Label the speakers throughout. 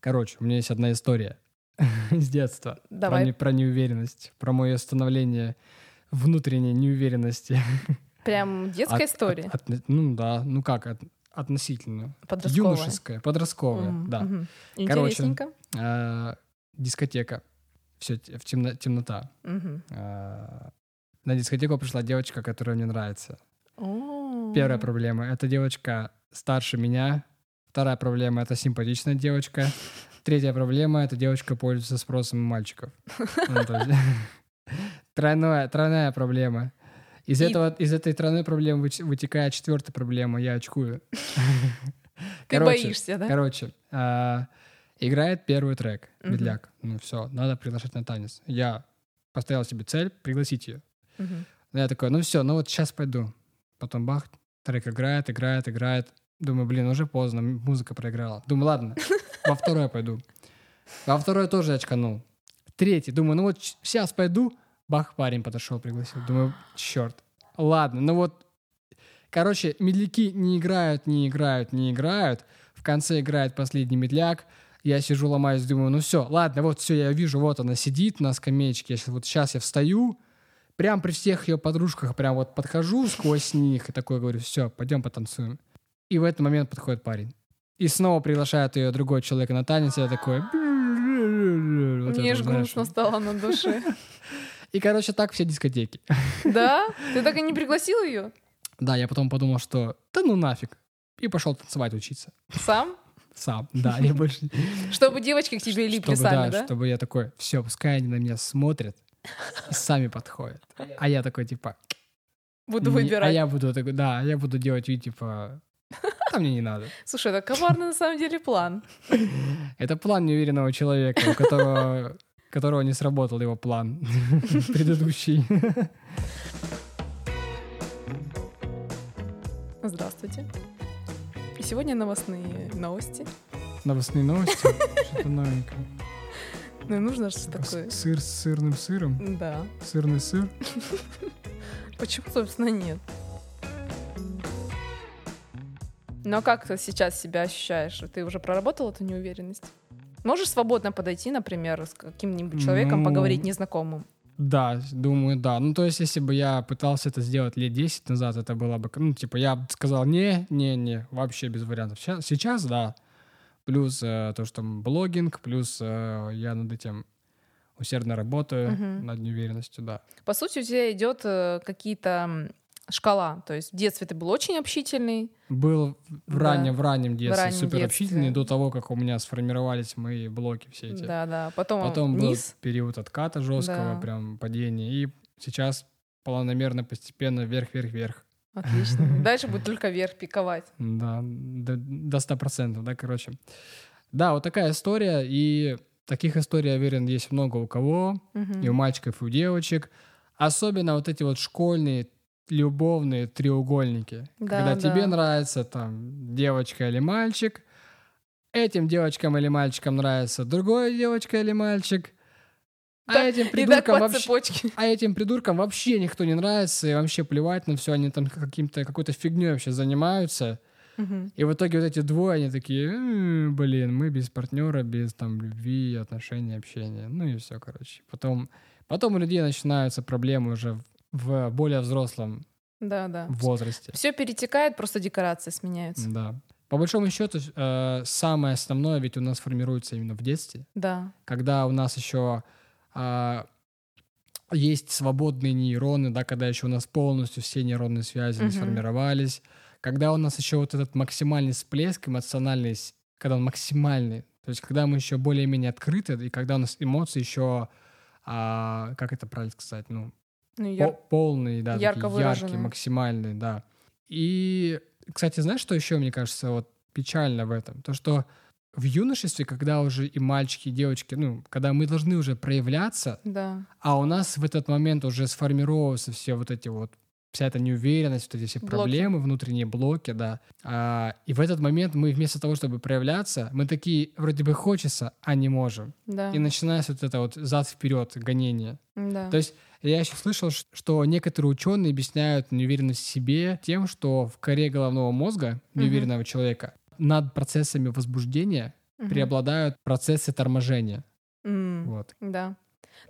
Speaker 1: Короче, у меня есть одна история с детства.
Speaker 2: Давай.
Speaker 1: Про, не- про неуверенность, про мое становление внутренней неуверенности.
Speaker 2: Прям детская
Speaker 1: От-
Speaker 2: история.
Speaker 1: от- от- ну да, ну как, от- относительно.
Speaker 2: Подростковая.
Speaker 1: Юношеская, подростковая,
Speaker 2: Мгм,
Speaker 1: да.
Speaker 2: мгм.
Speaker 1: Короче.
Speaker 2: Интересненько.
Speaker 1: А, дискотека. Все, в темно- темнота.
Speaker 2: Мгм.
Speaker 1: А, на дискотеку пришла девочка, которая мне нравится.
Speaker 2: О.
Speaker 1: Первая проблема — это девочка старше меня. Вторая проблема — это симпатичная девочка. Третья проблема — это девочка пользуется спросом у мальчиков. Ну, то есть, Тройная, тройная проблема. Из,
Speaker 2: И-
Speaker 1: этого, из этой тройной проблемы выч- вытекает четвертая проблема. Я очкую.
Speaker 2: Ты
Speaker 1: Короче,
Speaker 2: боишься, да?
Speaker 1: Короче, а, играет первый трек,
Speaker 2: Мгм.
Speaker 1: медляк. Ну все, надо приглашать на танец. Я поставил себе цель пригласить ее.
Speaker 2: Мгм.
Speaker 1: Я такой, ну все, ну вот сейчас пойду. Потом бах, трек играет, играет, играет. Думаю, блин, уже поздно, м- музыка проиграла. Думаю, ладно, во второе пойду. Во второе тоже очканул. Третий, думаю, ну вот сейчас пойду. Бах, парень подошел, пригласил. Думаю, черт. Ладно, ну вот. Короче, медляки не играют, не играют, не играют. В конце играет последний медляк. Я сижу, ломаюсь, думаю, ну все, ладно, вот все, я вижу, вот она сидит на скамеечке. Я щас- вот сейчас я встаю, прям при всех ее подружках прям вот подхожу сквозь них и такой говорю, все, пойдем потанцуем. И в этот момент подходит парень. И снова приглашает ее другой человек на танец, и я такой... вот
Speaker 2: Мне
Speaker 1: это, знаешь.
Speaker 2: ж грустно стало на душе.
Speaker 1: И, короче, так все дискотеки.
Speaker 2: Да? Ты так и не пригласил ее?
Speaker 1: Да, я потом подумал, что да ну нафиг. И пошел танцевать учиться.
Speaker 2: Сам?
Speaker 1: Сам, да, я больше...
Speaker 2: Чтобы девочки к тебе липли
Speaker 1: Чтобы,
Speaker 2: сами, да?
Speaker 1: чтобы я такой, все, пускай они на меня смотрят и сами подходят. А я такой, типа...
Speaker 2: Буду
Speaker 1: не- А
Speaker 2: выбирать.
Speaker 1: я буду такой, да, я буду делать вид, типа... Да мне не надо.
Speaker 2: Слушай, это коварный на самом деле план.
Speaker 1: Это план неуверенного человека, у которого, которого не сработал его план предыдущий.
Speaker 2: Здравствуйте. И Сегодня новостные новости.
Speaker 1: Новостные новости. Что-то новенькое.
Speaker 2: Ну и нужно же такое.
Speaker 1: С- Сыр с сырным сыром.
Speaker 2: Да.
Speaker 1: Сырный сыр.
Speaker 2: Почему, собственно, нет? Но как ты сейчас себя ощущаешь? Ты уже проработал эту неуверенность? Можешь свободно подойти, например, с каким-нибудь человеком,
Speaker 1: Ну,
Speaker 2: поговорить незнакомым?
Speaker 1: Да, думаю, да. Ну, то есть, если бы я пытался это сделать лет 10 назад, это было бы, ну, типа, я бы сказал, не, не, не, вообще без вариантов. Сейчас, сейчас да. Плюс э, то, что там блогинг, плюс э, я над этим усердно работаю,
Speaker 2: Мгм.
Speaker 1: над неуверенностью, да.
Speaker 2: По сути, у тебя идет э, какие-то м, шкала. То есть в детстве ты был очень общительный.
Speaker 1: Был в
Speaker 2: Да.
Speaker 1: раннем, в раннем детстве
Speaker 2: раннем
Speaker 1: супер общительный,
Speaker 2: детстве.
Speaker 1: до того, как у меня сформировались мои блоки все эти.
Speaker 2: Да-да. Потом,
Speaker 1: Потом был
Speaker 2: вниз.
Speaker 1: период отката жесткого,
Speaker 2: Да.
Speaker 1: прям падения. И сейчас планомерно, постепенно вверх, вверх, вверх.
Speaker 2: Отлично. Дальше будет только вверх пиковать.
Speaker 1: Да, до- до ста процентов, да, короче. Да, вот такая история, и таких историй, я уверен, есть много у кого,
Speaker 2: Мгм.
Speaker 1: и у мальчиков, и у девочек. Особенно вот эти вот школьные любовные треугольники.
Speaker 2: Да,
Speaker 1: когда
Speaker 2: да.
Speaker 1: тебе нравится там девочка или мальчик, этим девочкам или мальчикам нравится другая девочка или мальчик, а
Speaker 2: Да,
Speaker 1: этим
Speaker 2: И так
Speaker 1: придуркам
Speaker 2: по
Speaker 1: вообще...
Speaker 2: цепочке.
Speaker 1: А этим придуркам вообще никто не нравится, и вообще плевать на все, они там каким-то какой-то фигней вообще занимаются.
Speaker 2: Мгм.
Speaker 1: И в итоге вот эти двое, они такие, «М, блин, мы без партнера, без там любви, отношений, общения. Ну и все, короче. Потом, потом у людей начинаются проблемы уже в, в более взрослом
Speaker 2: Да-да.
Speaker 1: возрасте.
Speaker 2: Все перетекает, просто декорации сменяются.
Speaker 1: Да. По большому счету, э, самое основное ведь у нас формируется именно в детстве,
Speaker 2: Да.
Speaker 1: когда у нас еще а, есть свободные нейроны, да, когда еще у нас полностью все нейронные связи не
Speaker 2: Мгм.
Speaker 1: сформировались, когда у нас еще вот этот максимальный всплеск эмоциональный, с- когда он максимальный, то есть когда мы еще более-менее открыты, и когда у нас эмоции еще, а, как это правильно сказать, ну,
Speaker 2: Ну, я-
Speaker 1: по- полные, да, такие
Speaker 2: ярко
Speaker 1: яркие,
Speaker 2: выраженные.
Speaker 1: максимальные, да. И, кстати, знаешь, что еще, мне кажется, вот печально в этом? То, что в юношестве, когда уже и мальчики, и девочки, ну, когда мы должны уже проявляться,
Speaker 2: Да.
Speaker 1: а у нас в этот момент уже сформировался все вот эти вот вся эта неуверенность, вот эти все
Speaker 2: Блоки.
Speaker 1: проблемы, внутренние блоки, да. А, и в этот момент мы вместо того, чтобы проявляться, мы такие вроде бы хочется, а не можем.
Speaker 2: Да.
Speaker 1: И начинается вот это вот зад вперед гонение.
Speaker 2: Да.
Speaker 1: То есть я еще слышал, ш- что некоторые ученые объясняют неуверенность в себе тем, что в коре головного мозга неуверенного человека над процессами возбуждения
Speaker 2: Мгм.
Speaker 1: преобладают процессы торможения.
Speaker 2: М.
Speaker 1: Вот.
Speaker 2: Да.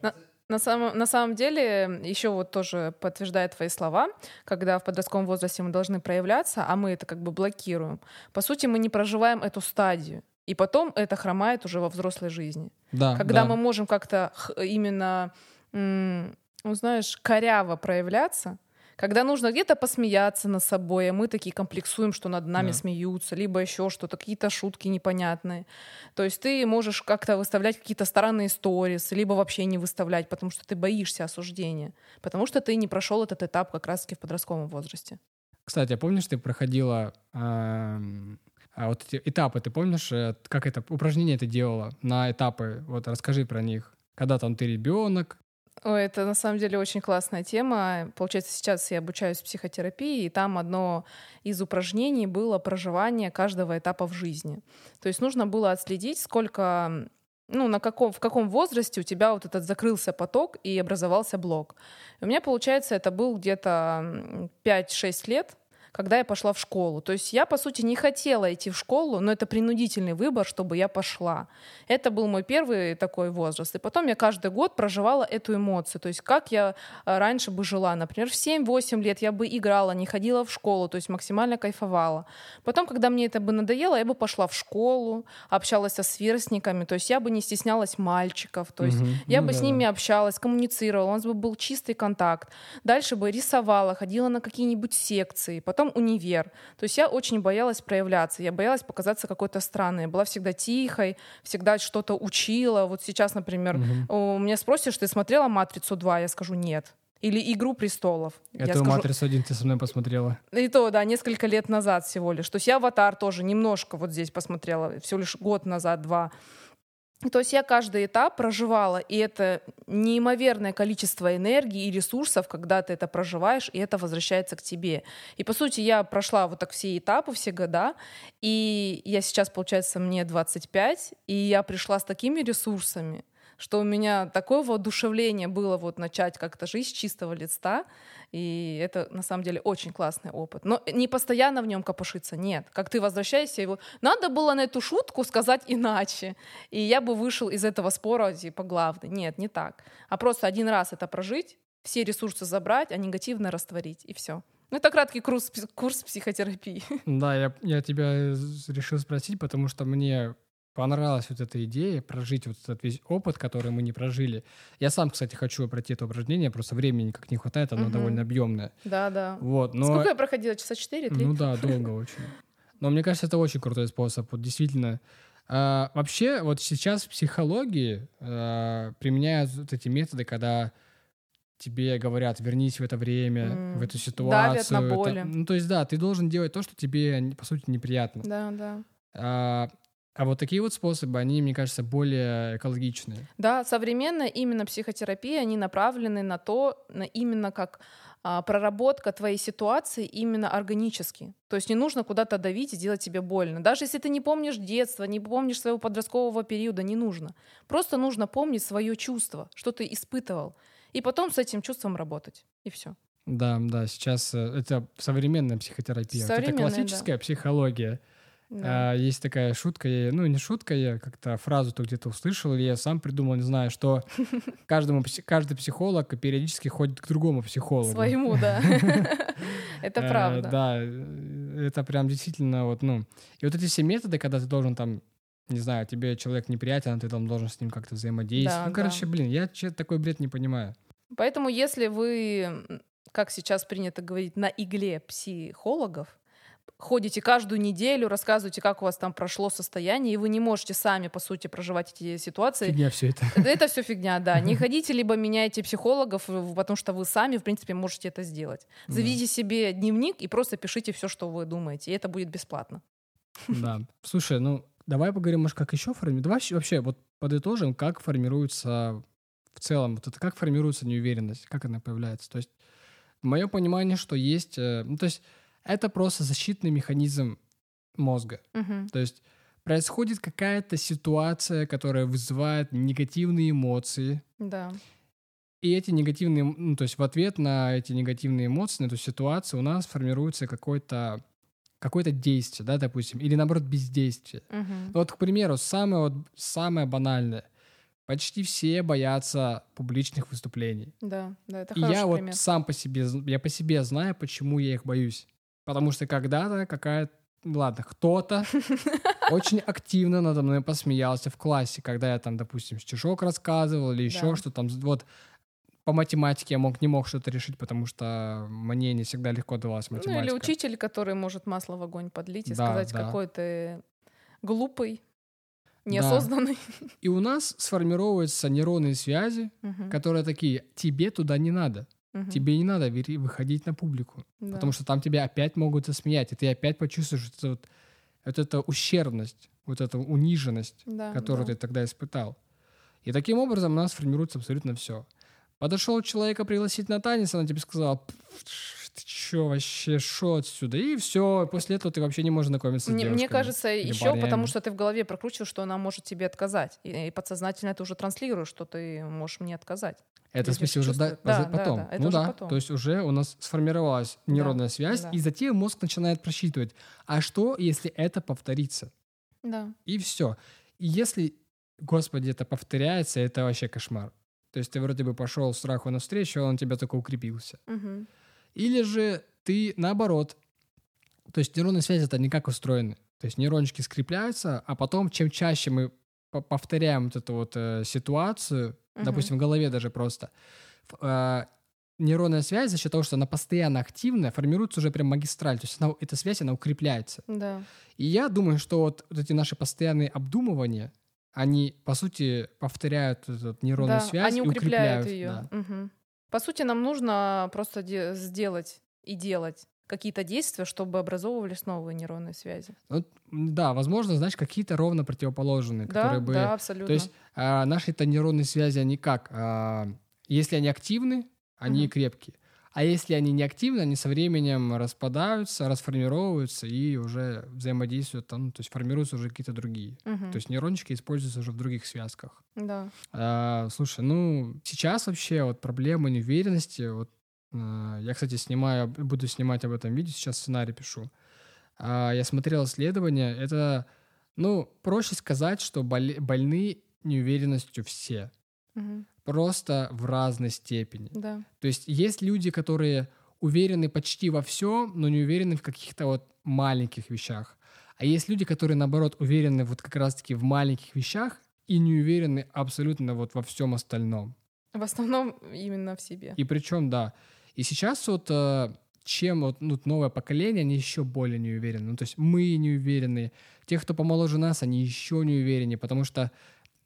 Speaker 2: На, на самом, на самом деле, еще вот тоже подтверждает твои слова, когда в подростковом возрасте мы должны проявляться, а мы это как бы блокируем. По сути, мы не проживаем эту стадию. И потом это хромает уже во взрослой жизни.
Speaker 1: Да,
Speaker 2: Когда
Speaker 1: да.
Speaker 2: мы можем как-то х- именно, м, ну, знаешь, коряво проявляться, когда нужно где-то посмеяться над собой, а мы такие комплексуем, что над нами
Speaker 1: Да.
Speaker 2: смеются, либо еще что-то, какие-то шутки непонятные. То есть ты можешь как-то выставлять какие-то странные сторис, либо вообще не выставлять, потому что ты боишься осуждения, потому что ты не прошел этот этап как раз-таки в подростковом возрасте.
Speaker 1: Кстати, а помнишь, ты проходила эм, а вот эти этапы, ты помнишь, э, как это упражнение ты делала на этапы? Вот расскажи про них. Когда там ты ребенок,
Speaker 2: Ой, это на самом деле очень классная тема. Получается, сейчас я обучаюсь психотерапии, и там одно из упражнений было проживание каждого этапа в жизни. То есть нужно было отследить, сколько, ну, на каком, в каком возрасте у тебя вот этот закрылся поток и образовался блок. И у меня, получается, это был где-то м, 5-6 лет, когда я пошла в школу. То есть я, по сути, не хотела идти в школу, но это принудительный выбор, чтобы я пошла. Это был мой первый такой возраст. И потом я каждый год проживала эту эмоцию. То есть как я э, раньше бы жила. Например, в 7-8 лет я бы играла, не ходила в школу, то есть максимально кайфовала. Потом, когда мне это бы надоело, я бы пошла в школу, общалась со сверстниками, то есть я бы не стеснялась мальчиков, то есть
Speaker 1: Мгм.
Speaker 2: я
Speaker 1: Ну
Speaker 2: бы
Speaker 1: да,
Speaker 2: с
Speaker 1: да.
Speaker 2: ними общалась, коммуницировала, у нас бы был чистый контакт. Дальше бы рисовала, ходила на какие-нибудь секции, потом универ. То есть я очень боялась проявляться, я боялась показаться какой-то странной. Я была всегда тихой, всегда что-то учила. Вот сейчас, например,
Speaker 1: Мгм.
Speaker 2: у меня спросишь, ты смотрела «Матрицу 2», я скажу «нет». Или «Игру престолов». я
Speaker 1: эту
Speaker 2: скажу,
Speaker 1: матрицу один ты со мной посмотрела.
Speaker 2: и то, да, несколько лет назад всего лишь. То есть я «Аватар» тоже немножко вот здесь посмотрела, всего лишь год назад, два. То есть я каждый этап проживала, и это неимоверное количество энергии и ресурсов, когда ты это проживаешь, и это возвращается к тебе. И, по сути, я прошла вот так все этапы, все года, и я сейчас, получается, мне 25, и я пришла с такими ресурсами, что у меня такое воодушевление было вот начать как-то жизнь с чистого листа, и это, на самом деле, очень классный опыт. Но не постоянно в нем копошиться, нет. Как ты возвращаешься, его надо было на эту шутку сказать иначе, и я бы вышел из этого спора, типа, главный. Нет, не так. А просто один раз это прожить, все ресурсы забрать, а негативно растворить, и все. Ну, это краткий курс, пс- курс психотерапии.
Speaker 1: Да, я, я тебя з- решил спросить, потому что мне понравилась вот эта идея прожить вот этот весь опыт, который мы не прожили. Я сам, кстати, хочу пройти это упражнение, просто времени как не хватает, оно
Speaker 2: Мгм.
Speaker 1: довольно объемное.
Speaker 2: Да, да.
Speaker 1: Вот, но...
Speaker 2: Сколько я проходила? Часа 4 три?
Speaker 1: а Ну да, долго очень. Но мне кажется, это очень крутой способ, вот действительно. А, вообще, вот сейчас в психологии а, применяют вот эти методы, когда тебе говорят, вернись в это время,
Speaker 2: М,
Speaker 1: в эту
Speaker 2: давят
Speaker 1: ситуацию.
Speaker 2: на
Speaker 1: это-
Speaker 2: боли.
Speaker 1: Ну, то есть, да, ты должен делать то, что тебе, не- по сути, неприятно.
Speaker 2: Да, да.
Speaker 1: А, а вот такие вот способы, они, мне кажется, более экологичные.
Speaker 2: Да, современная именно психотерапия, они направлены на то, на именно как а, проработка твоей ситуации именно органически. То есть не нужно куда-то давить и делать тебе больно. Даже если ты не помнишь детства, не помнишь своего подросткового периода, не нужно. Просто нужно помнить свое чувство, что ты испытывал, и потом с этим чувством работать. И все.
Speaker 1: Да, да, сейчас э, это современная психотерапия. Вот это
Speaker 2: Современная, да.
Speaker 1: классическая психология. А, Есть такая шутка, я- ну не шутка, я как-то фразу то где-то услышал, или я сам придумал, не знаю, что каждому, пси- каждый психолог периодически ходит к другому психологу.
Speaker 2: Своему, да. Это
Speaker 1: Э,
Speaker 2: правда.
Speaker 1: Да, э, это прям действительно вот, ну... И вот эти все методы, когда ты должен там, не знаю, тебе человек неприятен, а ты там должен с ним как-то взаимодействовать.
Speaker 2: Да,
Speaker 1: Ну, короче,
Speaker 2: да.
Speaker 1: блин, я че- такой бред не понимаю.
Speaker 2: Поэтому, если вы, м, как сейчас принято говорить, на игле психологов, ходите каждую неделю, рассказываете, как у вас там прошло состояние, и вы не можете сами, по сути, проживать эти ситуации.
Speaker 1: Фигня все это.
Speaker 2: Да Это все фигня, да. Не ходите, либо меняйте психологов, э, потому что вы сами, в принципе, можете это сделать.
Speaker 1: Да.
Speaker 2: Заведите себе дневник и просто пишите все, что вы думаете, и это будет бесплатно.
Speaker 1: Да. Слушай, ну давай поговорим, может, как еще формируется. Давай щ- вообще вот подытожим, как формируется в целом, вот это как формируется неуверенность, как она появляется. То есть мое понимание, что есть... э, Ну, то есть это просто защитный механизм мозга. То есть происходит какая-то ситуация, которая вызывает негативные эмоции,
Speaker 2: Да.
Speaker 1: и эти негативные, м- ну, то есть в ответ на эти негативные эмоции, на эту ситуацию у нас формируется какой-то какое-то действие, да, допустим, или наоборот бездействие.
Speaker 2: Мгм.
Speaker 1: Ну, Вот, к примеру, самое, вот, самое банальное. Почти все боятся публичных выступлений.
Speaker 2: Да, да, это
Speaker 1: И
Speaker 2: хороший
Speaker 1: я
Speaker 2: пример.
Speaker 1: вот сам по себе, з- я по себе знаю, почему я их боюсь. Потому что когда-то какая-то, ну, ладно, кто-то очень активно надо мной посмеялся в классе, когда я там, допустим, стишок рассказывал или еще
Speaker 2: Да.
Speaker 1: что там. Вот по математике я мог, не мог что-то решить, потому что мне не всегда легко давалась математика.
Speaker 2: Ну или учитель, который может масло в огонь подлить и
Speaker 1: Да,
Speaker 2: сказать,
Speaker 1: да.
Speaker 2: какой ты глупый, неосознанный.
Speaker 1: И у нас сформировываются нейронные связи,
Speaker 2: Мгм.
Speaker 1: которые такие, тебе туда не надо,
Speaker 2: Мгм.
Speaker 1: тебе не надо вери- выходить на публику.
Speaker 2: Да.
Speaker 1: Потому что там тебя опять могут засмеять, и ты опять почувствуешь вот, это вот, вот эту ущербность, вот эту униженность,
Speaker 2: Да,
Speaker 1: которую
Speaker 2: да.
Speaker 1: ты тогда испытал. И таким образом у нас формируется абсолютно все. Подошел человека пригласить на танец, она тебе сказала, «Пф, ты чё вообще, шо отсюда? И все, после этого ты вообще не можешь знакомиться с
Speaker 2: Мне, мне
Speaker 1: девушками.
Speaker 2: кажется,
Speaker 1: или
Speaker 2: еще
Speaker 1: парнями.
Speaker 2: потому что ты в голове прокручиваешь, что она может тебе отказать. И, и подсознательно ты уже транслируешь, что ты можешь мне отказать.
Speaker 1: Это, в
Speaker 2: люди
Speaker 1: смысле, уже да-
Speaker 2: чувствуют. Да,
Speaker 1: за-
Speaker 2: да,
Speaker 1: потом.
Speaker 2: да, это
Speaker 1: ну
Speaker 2: уже
Speaker 1: да,
Speaker 2: потом.
Speaker 1: то есть уже у нас сформировалась
Speaker 2: Да,
Speaker 1: нейронная связь,
Speaker 2: да.
Speaker 1: и затем мозг начинает просчитывать, а что, если это повторится?
Speaker 2: Да.
Speaker 1: и все. И если, господи, это повторяется, это вообще кошмар. То есть ты вроде бы пошел страху навстречу, а он у тебя только укрепился.
Speaker 2: Мгм.
Speaker 1: Или же ты наоборот. То есть нейронные связи это никак устроены. То есть нейрончики скрепляются, а потом чем чаще мы по- повторяем вот эту вот э, ситуацию,
Speaker 2: Мгм.
Speaker 1: допустим, в голове даже просто, ф- э, нейронная связь за счет того, что она постоянно активная, формируется уже прям магистраль. То есть она, эта связь, она укрепляется.
Speaker 2: Да.
Speaker 1: И я думаю, что вот, вот эти наши постоянные обдумывания, они, по сути, повторяют вот эту нейронную
Speaker 2: Да,
Speaker 1: связь
Speaker 2: они
Speaker 1: и укрепляют
Speaker 2: укрепляют, ее.
Speaker 1: да.
Speaker 2: По сути, нам нужно просто де- сделать и делать какие-то действия, чтобы образовывались новые нейронные связи.
Speaker 1: Вот, м, да, возможно, знаешь, какие-то ровно противоположные,
Speaker 2: Да,
Speaker 1: которые бы...
Speaker 2: да, абсолютно.
Speaker 1: То есть а, наши-то нейронные связи, они как? а, если они активны, они
Speaker 2: Мгм.
Speaker 1: крепкие. А если они не активны, они со временем распадаются, расформировываются и уже взаимодействуют, там, ну, то есть формируются уже какие-то другие.
Speaker 2: Мгм.
Speaker 1: То есть нейрончики используются уже в других связках.
Speaker 2: Да.
Speaker 1: А, слушай, ну сейчас вообще вот проблема неуверенности. Вот а, я, кстати, снимаю, об- буду снимать об этом видео, сейчас сценарий пишу. А, я смотрел исследования. Это, ну, проще сказать, что боле- больны неуверенностью все,
Speaker 2: Мгм.
Speaker 1: просто в разной степени.
Speaker 2: Да.
Speaker 1: То есть есть люди, которые уверены почти во всем, но не уверены в каких-то вот маленьких вещах. А есть люди, которые, наоборот, уверены вот как раз-таки в маленьких вещах и не уверены абсолютно вот во всем остальном.
Speaker 2: В основном именно в себе.
Speaker 1: И причем, да. И сейчас вот э, чем вот ну, новое поколение, они еще более не уверены. Ну, то есть мы не уверены. Те, кто помоложе нас, они еще не уверены, потому что,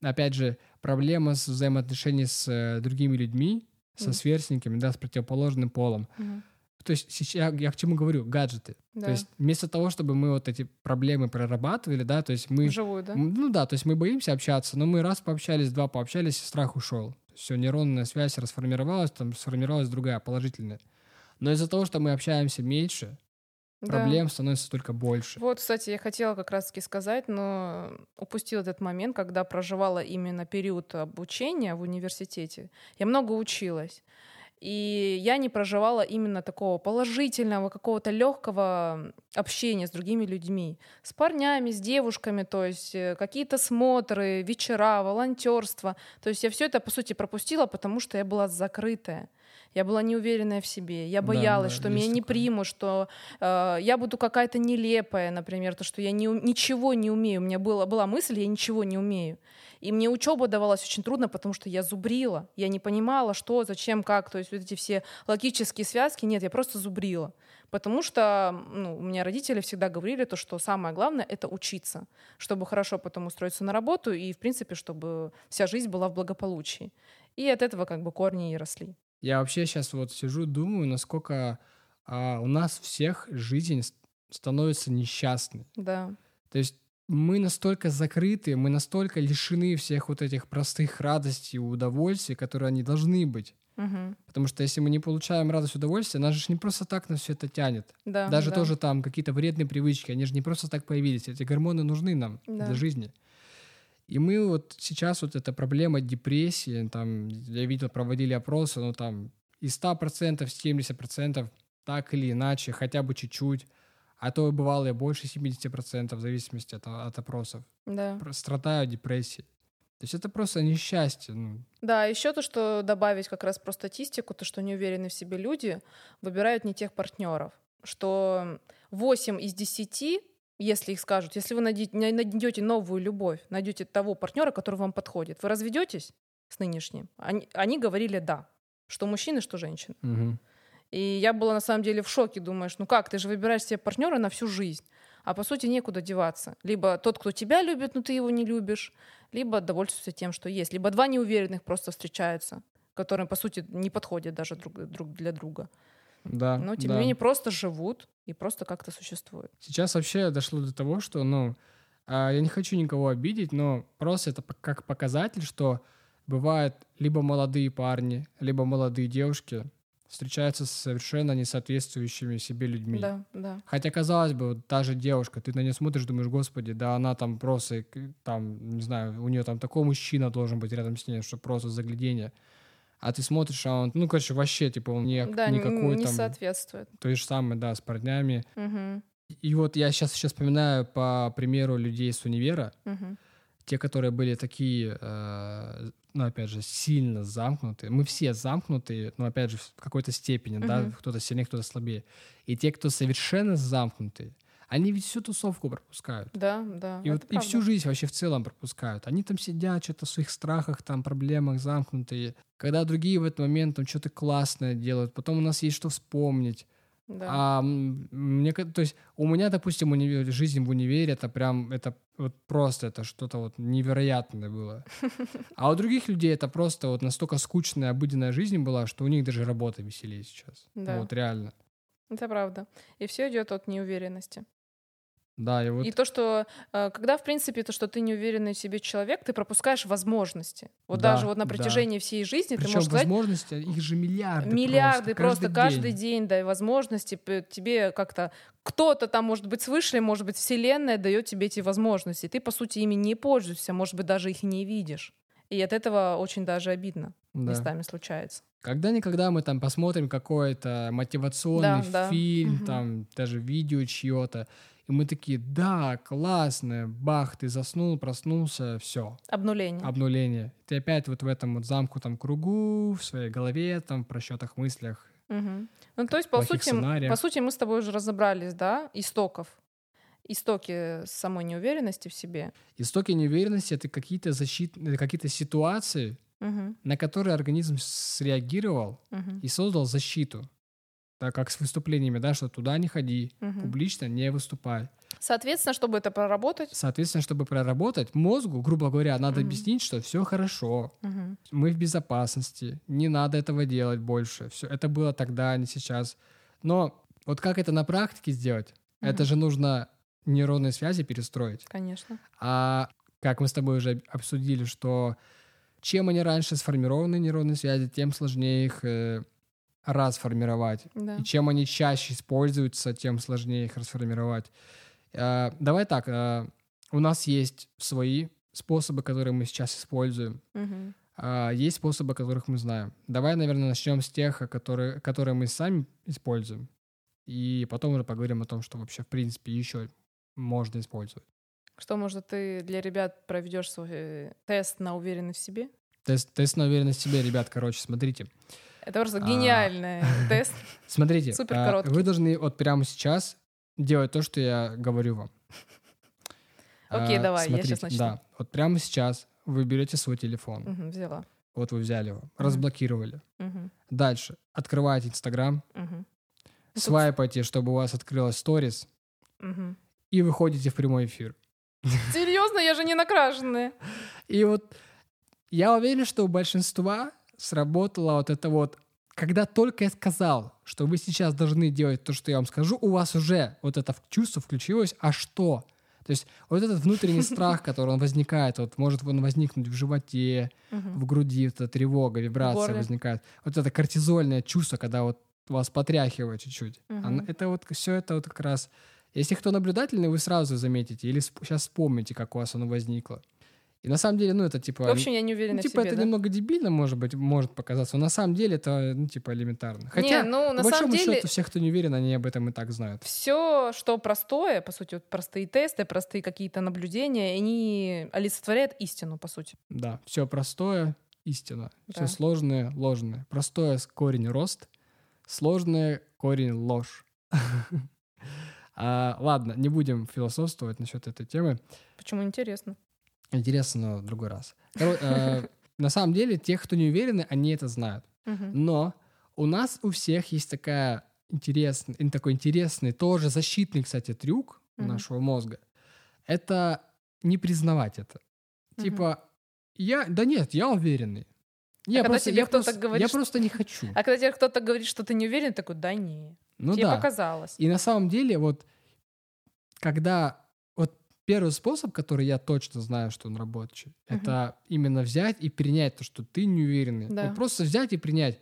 Speaker 1: опять же, проблема с взаимоотношениями с э, другими людьми, со
Speaker 2: Мгм.
Speaker 1: сверстниками, да, с противоположным полом.
Speaker 2: Мгм.
Speaker 1: То есть сейчас я к чему говорю? Гаджеты.
Speaker 2: Да.
Speaker 1: То есть вместо того, чтобы мы вот эти проблемы прорабатывали, да, то есть мы...
Speaker 2: Вживую, да?
Speaker 1: М, Ну да, то есть мы боимся общаться, но мы раз пообщались, два пообщались, и страх ушел. Все, нейронная связь расформировалась, там сформировалась другая, положительная. Но из-за того, что мы общаемся меньше,
Speaker 2: Да.
Speaker 1: проблем становится только больше.
Speaker 2: Вот, кстати, я хотела как раз-таки сказать, но упустила этот момент, когда проживала именно период обучения в университете. Я много училась. И я не проживала именно такого положительного, какого-то легкого общения с другими людьми. С парнями, с девушками, то есть э, какие-то смотры, вечера, волонтерство. То есть я все это, по сути, пропустила, потому что я была закрытая. Я была неуверенная в себе. Я
Speaker 1: Да,
Speaker 2: боялась,
Speaker 1: да,
Speaker 2: что меня
Speaker 1: есть
Speaker 2: не
Speaker 1: такое.
Speaker 2: примут, что э, я буду какая-то нелепая, например, то, что я не, у- ничего не умею. У меня была, была мысль, я ничего не умею. И мне учеба давалась очень трудно, потому что я зубрила. Я не понимала, что, зачем, как. То есть вот эти все логические связки, нет, я просто зубрила. Потому что ну, у меня родители всегда говорили то, что самое главное — это учиться, чтобы хорошо потом устроиться на работу и, в принципе, чтобы вся жизнь была в благополучии. И от этого как бы корни и росли.
Speaker 1: Я вообще сейчас вот сижу, думаю, насколько а, у нас всех жизнь с- становится несчастной.
Speaker 2: Да,
Speaker 1: То есть мы настолько закрыты, мы настолько лишены всех вот этих простых радостей и удовольствий, которые они должны быть.
Speaker 2: Мгм.
Speaker 1: Потому что если мы не получаем радость и удовольствие, нас же не просто так на все это тянет.
Speaker 2: да
Speaker 1: Даже
Speaker 2: да.
Speaker 1: тоже там какие-то вредные привычки, они же не просто так появились. Эти гормоны нужны нам
Speaker 2: Да.
Speaker 1: для жизни. И мы вот сейчас вот эта проблема депрессии, там, я видел, проводили опросы, ну там из 100% 70% так или иначе, хотя бы чуть-чуть А то бывало и больше 70%, в зависимости от, от опросов.
Speaker 2: Да.
Speaker 1: Про- Страдают депрессией. То есть это просто несчастье. ну.
Speaker 2: Да, еще то, что добавить как раз про статистику, то, что неуверенные в себе люди выбирают не тех партнеров, что 8 из 10, если их скажут, если вы найди- най- найдете новую любовь, найдете того партнера, который вам подходит, вы разведетесь с нынешним? Они, они говорили да, что мужчины, что женщины.
Speaker 1: Мгм.
Speaker 2: И я была на самом деле в шоке, думаешь, ну как, ты же выбираешь себе партнера на всю жизнь, а по сути некуда деваться. Либо тот, кто тебя любит, но ты его не любишь, либо довольствуйся тем, что есть. Либо два неуверенных просто встречаются, которые по сути не подходят даже друг, друг для друга.
Speaker 1: Да,
Speaker 2: Но Ну, тем
Speaker 1: А, да.
Speaker 2: не менее просто живут и просто как-то существуют.
Speaker 1: Сейчас вообще дошло до того, что, ну, а, я не хочу никого обидеть, но просто это пок- как показатель, что бывают либо молодые парни, либо молодые девушки встречаются с совершенно несоответствующими себе людьми.
Speaker 2: Да, да.
Speaker 1: Хотя, казалось бы, вот та же девушка, ты на нее смотришь, думаешь, господи, да она там просто, к- там, не знаю, у нее там такой мужчина должен быть рядом с ней, что просто заглядение. А ты смотришь, а он, ну, короче, вообще, типа, он ни-
Speaker 2: да, не,
Speaker 1: никакой
Speaker 2: не
Speaker 1: там...
Speaker 2: соответствует.
Speaker 1: То же самое, да, с парнями.
Speaker 2: Мгм,
Speaker 1: И вот я сейчас еще вспоминаю по примеру людей с универа,
Speaker 2: мгм.
Speaker 1: те, которые были такие, э, ну, опять же, сильно замкнутые. Мы все замкнутые, но, опять же, в какой-то степени, да,
Speaker 2: Мгм.
Speaker 1: кто-то сильнее, кто-то слабее. И те, кто совершенно замкнутые, они ведь всю тусовку пропускают.
Speaker 2: Да, да.
Speaker 1: И,
Speaker 2: Ну, это
Speaker 1: вот, и всю
Speaker 2: правда.
Speaker 1: жизнь вообще в целом пропускают. Они там сидят, что-то в своих страхах, там, проблемах замкнутые. Когда другие в этот момент там что-то классное делают, потом у нас есть что вспомнить.
Speaker 2: Да.
Speaker 1: А м, мне, ка- то есть у меня, допустим, универ- жизнь в универе это прям это вот просто это что-то вот невероятное было. А у других людей это просто вот настолько скучная обыденная жизнь была, что у них даже работа веселее сейчас.
Speaker 2: Да.
Speaker 1: Вот реально.
Speaker 2: Это правда. И все идет от неуверенности.
Speaker 1: Да, и вот
Speaker 2: И то, что э, когда, в принципе, то, что ты неуверенный в себе человек, ты пропускаешь возможности. Вот
Speaker 1: Да,
Speaker 2: даже вот на
Speaker 1: да.
Speaker 2: протяжении всей жизни ты
Speaker 1: причем
Speaker 2: можешь сказать
Speaker 1: возможности их же миллиарды.
Speaker 2: миллиарды
Speaker 1: просто
Speaker 2: просто, каждый день, да, и возможности п- тебе как-то кто-то там, может быть, свыше, может быть, вселенная дает тебе эти возможности. Ты, по сути, ими не пользуешься, может быть, даже их и не видишь. И от этого очень даже обидно
Speaker 1: Да.
Speaker 2: местами случается.
Speaker 1: Когда-никогда мы там посмотрим какой-то мотивационный
Speaker 2: Да, да.
Speaker 1: фильм,
Speaker 2: Мгм.
Speaker 1: там даже видео чье-то, и мы такие, да, классно, бах, ты заснул, проснулся, все,
Speaker 2: Обнуление.
Speaker 1: обнуление. Ты опять вот в этом вот замку там кругу, в своей голове, там, в просчетах, мыслях.
Speaker 2: Мгм. Ну, то есть, по
Speaker 1: плохих
Speaker 2: сути, м-
Speaker 1: сценариях.
Speaker 2: по сути, мы с тобой уже разобрались, да, истоков. Истоки самой неуверенности в себе.
Speaker 1: Истоки неуверенности — это какие-то защитные, какие-то ситуации,
Speaker 2: Мгм,
Speaker 1: на которые организм среагировал
Speaker 2: мгм,
Speaker 1: и создал защиту. Так как с выступлениями, да, что туда не ходи,
Speaker 2: мгм.
Speaker 1: публично не выступай.
Speaker 2: Соответственно, чтобы это проработать,
Speaker 1: Соответственно, чтобы проработать, мозгу, грубо говоря, надо
Speaker 2: Мгм.
Speaker 1: объяснить, что все хорошо,
Speaker 2: мгм,
Speaker 1: мы в безопасности, не надо этого делать больше. Все это было тогда, а не сейчас. Но вот как это на практике сделать? Это
Speaker 2: Мгм.
Speaker 1: же нужно нейронные связи перестроить.
Speaker 2: конечно.
Speaker 1: А как мы с тобой уже об- обсудили, что чем они раньше сформированы, нейронные связи, тем сложнее их э, расформировать.
Speaker 2: Да.
Speaker 1: И чем они чаще используются, тем сложнее их расформировать. Э, давай так, э, у нас есть свои способы, которые мы сейчас используем.
Speaker 2: Мгм,
Speaker 1: А, Есть способы, которых мы знаем. Давай, наверное, начнем с тех, о которые, которые мы сами используем, и потом уже поговорим о том, что вообще, в принципе, еще можно использовать.
Speaker 2: Что, может, ты для ребят проведешь свой э, тест на уверенность в себе?
Speaker 1: Тест, тест на уверенность в себе, ребят, короче, смотрите.
Speaker 2: Это просто
Speaker 1: А.
Speaker 2: гениальный тест.
Speaker 1: Смотрите,
Speaker 2: Супер
Speaker 1: а,
Speaker 2: короткий.
Speaker 1: вы должны вот прямо сейчас делать то, что я говорю вам. А,
Speaker 2: Окей, давай, я
Speaker 1: смотрите,
Speaker 2: щас начну.
Speaker 1: Да, вот прямо сейчас вы берете свой телефон,
Speaker 2: Мгм, Взяла.
Speaker 1: вот вы взяли его,
Speaker 2: Мгм.
Speaker 1: разблокировали.
Speaker 2: Мгм,
Speaker 1: Дальше открываете Инстаграм,
Speaker 2: мгм. Ну, собственно-
Speaker 1: свайпайте, чтобы у вас открылась сторис,
Speaker 2: Мгм.
Speaker 1: и выходите в прямой эфир.
Speaker 2: Серьезно, я же не накрашенная.
Speaker 1: И вот я уверен, что у большинства сработало вот это вот, когда только я сказал, что вы сейчас должны делать то, что я вам скажу, у вас уже вот это в- чувство включилось, а что? То есть вот этот внутренний страх, который он возникает, вот может он возникнуть в животе,
Speaker 2: Мгм.
Speaker 1: в груди, вот эта тревога, вибрация
Speaker 2: горле.
Speaker 1: возникает. Вот это кортизольное чувство, когда вот вас потряхивает чуть-чуть.
Speaker 2: Мгм.
Speaker 1: Оно- Это вот все это вот как раз... Если кто наблюдательный, вы сразу заметите или сейчас вспомните, как у вас оно возникло. И на самом деле, ну, это типа...
Speaker 2: В общем, я не уверена
Speaker 1: ну,
Speaker 2: в
Speaker 1: типа,
Speaker 2: себе,
Speaker 1: это
Speaker 2: да?
Speaker 1: немного дебильно, может быть, может показаться, но на самом деле это, ну, типа, элементарно. Хотя,
Speaker 2: не, ну,
Speaker 1: по
Speaker 2: на самом
Speaker 1: большому
Speaker 2: деле,
Speaker 1: счету, все, кто не уверен, они об этом и так знают.
Speaker 2: все, что простое, по сути, вот простые тесты, простые какие-то наблюдения, они олицетворяют истину, по сути.
Speaker 1: Да, все простое — истина.
Speaker 2: Да.
Speaker 1: Все сложное — ложное. Простое — корень рост, сложное — корень ложь. А, Ладно, не будем философствовать насчет этой темы.
Speaker 2: Почему интересно?
Speaker 1: Интересно, но в другой раз. Коро- э, На самом деле, те, кто не уверены, они это знают.
Speaker 2: Мгм.
Speaker 1: Но у нас у всех есть такая интересный, такой интересный, тоже защитный, кстати, трюк
Speaker 2: Мгм.
Speaker 1: нашего мозга. Это не признавать это.
Speaker 2: Мгм.
Speaker 1: Типа, я, да нет, я уверенный. Я
Speaker 2: когда а тебе
Speaker 1: я
Speaker 2: кто-то
Speaker 1: просто-
Speaker 2: говорит,
Speaker 1: я
Speaker 2: что-
Speaker 1: просто не хочу.
Speaker 2: А когда тебе кто-то говорит, что ты не уверен, такой, да не,
Speaker 1: Ну
Speaker 2: тебе
Speaker 1: да.
Speaker 2: показалось.
Speaker 1: И на самом деле, вот, когда... Вот первый способ, который я точно знаю, что он рабочий,
Speaker 2: Мгм.
Speaker 1: это именно взять и принять то, что ты не уверенный.
Speaker 2: Да.
Speaker 1: Вот просто взять и принять.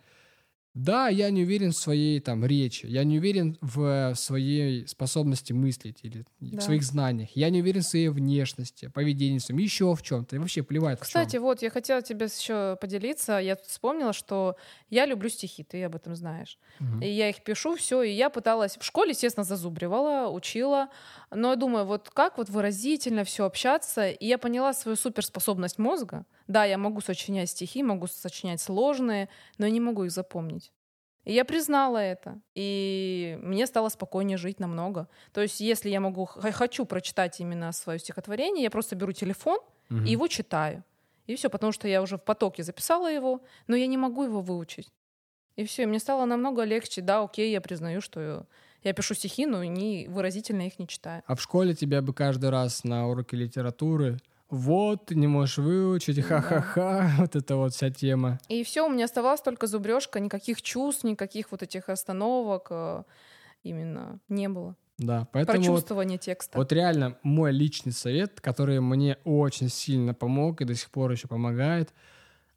Speaker 1: Да, я не уверен в своей там речи, я не уверен в э, своей способности мыслить или
Speaker 2: Да.
Speaker 1: в своих знаниях, я не уверен в своей внешности, поведении, в своём, еще в чем-то, и вообще плевать в
Speaker 2: Кстати,
Speaker 1: чем.
Speaker 2: вот я хотела тебе еще поделиться. Я тут вспомнила, что я люблю стихи, ты об этом знаешь.
Speaker 1: Мгм.
Speaker 2: И я их пишу, все, и я пыталась в школе, естественно, зазубривала, учила. Но я думаю, вот как вот выразительно все общаться. И я поняла свою суперспособность мозга. Да, я могу сочинять стихи, могу сочинять сложные, но я не могу их запомнить. И я признала это, и мне стало спокойнее жить намного. То есть, если я могу, х- хочу прочитать именно свое стихотворение, я просто беру телефон
Speaker 1: Мгм.
Speaker 2: и его читаю. И все, потому что я уже в потоке записала его, но я не могу его выучить. И все, мне стало намного легче. Да, окей, я признаю, что я пишу стихи, но не выразительно их не читаю.
Speaker 1: А в школе тебя бы каждый раз на уроке литературы вот, ты не можешь
Speaker 2: Ну
Speaker 1: выучить, ха-ха-ха, вот это вот вся тема.
Speaker 2: И все, у меня оставалась только зубрежка, никаких чувств, никаких вот этих остановок э, именно не было.
Speaker 1: Да, поэтому вот,
Speaker 2: Прочувствование текста.
Speaker 1: вот реально мой личный совет, который мне очень сильно помог и до сих пор еще помогает,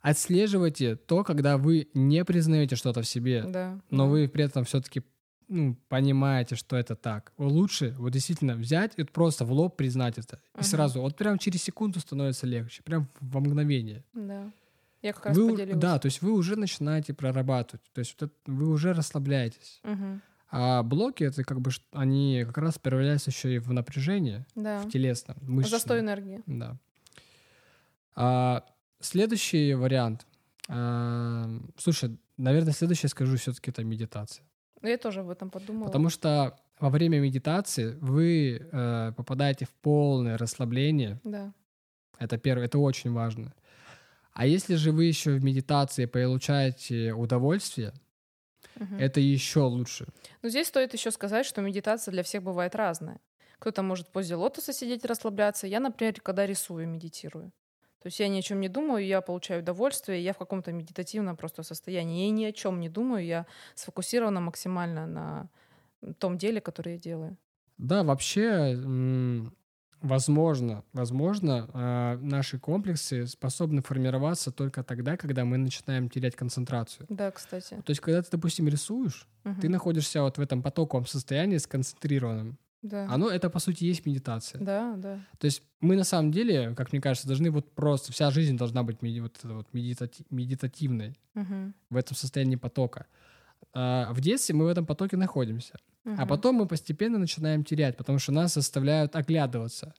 Speaker 1: отслеживайте то, когда вы не признаете что-то в себе,
Speaker 2: да.
Speaker 1: но
Speaker 2: Ну да.
Speaker 1: вы при этом все-таки ну, понимаете, что это так. Лучше вот действительно взять и просто в лоб признать это. И
Speaker 2: Мгм.
Speaker 1: сразу, вот прям через секунду становится легче, прям во мгновение.
Speaker 2: Да. Я как раз
Speaker 1: Вы у-
Speaker 2: поделилась.
Speaker 1: да, то есть вы уже начинаете прорабатывать, то есть вот это- вы уже расслабляетесь.
Speaker 2: Мгм.
Speaker 1: А блоки это как бы ш- они как раз проявляются еще и в напряжении,
Speaker 2: Да.
Speaker 1: в телесном, мышечном.
Speaker 2: Застой энергии.
Speaker 1: Да. А, следующий вариант. А, слушай, наверное, следующее скажу все-таки это медитация,
Speaker 2: Я тоже об этом подумала.
Speaker 1: потому что во время медитации вы э, попадаете в полное расслабление,
Speaker 2: Да.
Speaker 1: это первое, это очень важно. А если же вы еще в медитации получаете удовольствие,
Speaker 2: Мгм.
Speaker 1: это еще лучше.
Speaker 2: Но здесь стоит еще сказать, что медитация для всех бывает разная. Кто-то может в позе лотоса сидеть и расслабляться. Я, например, когда рисую, медитирую. То есть я ни о чем не думаю, я получаю удовольствие, я в каком-то медитативном просто состоянии. Я ни о чем не думаю, я сфокусирована максимально на том деле, которое я делаю.
Speaker 1: Да, вообще, м, возможно, возможно, а, наши комплексы способны формироваться только тогда, когда мы начинаем терять концентрацию.
Speaker 2: Да, кстати.
Speaker 1: То есть, когда ты, допустим, рисуешь,
Speaker 2: Мгм.
Speaker 1: ты находишься вот в этом потоковом состоянии сконцентрированном.
Speaker 2: Да.
Speaker 1: Оно, это, по сути, есть медитация.
Speaker 2: да, да.
Speaker 1: То есть мы на самом деле, как мне кажется, должны вот просто, вся жизнь должна быть меди- вот, эта вот медитати- медитативной.
Speaker 2: Мгм.
Speaker 1: в этом состоянии потока. А, В детстве мы в этом потоке находимся, а
Speaker 2: Мгм.
Speaker 1: потом мы постепенно начинаем терять, потому что нас заставляют оглядываться.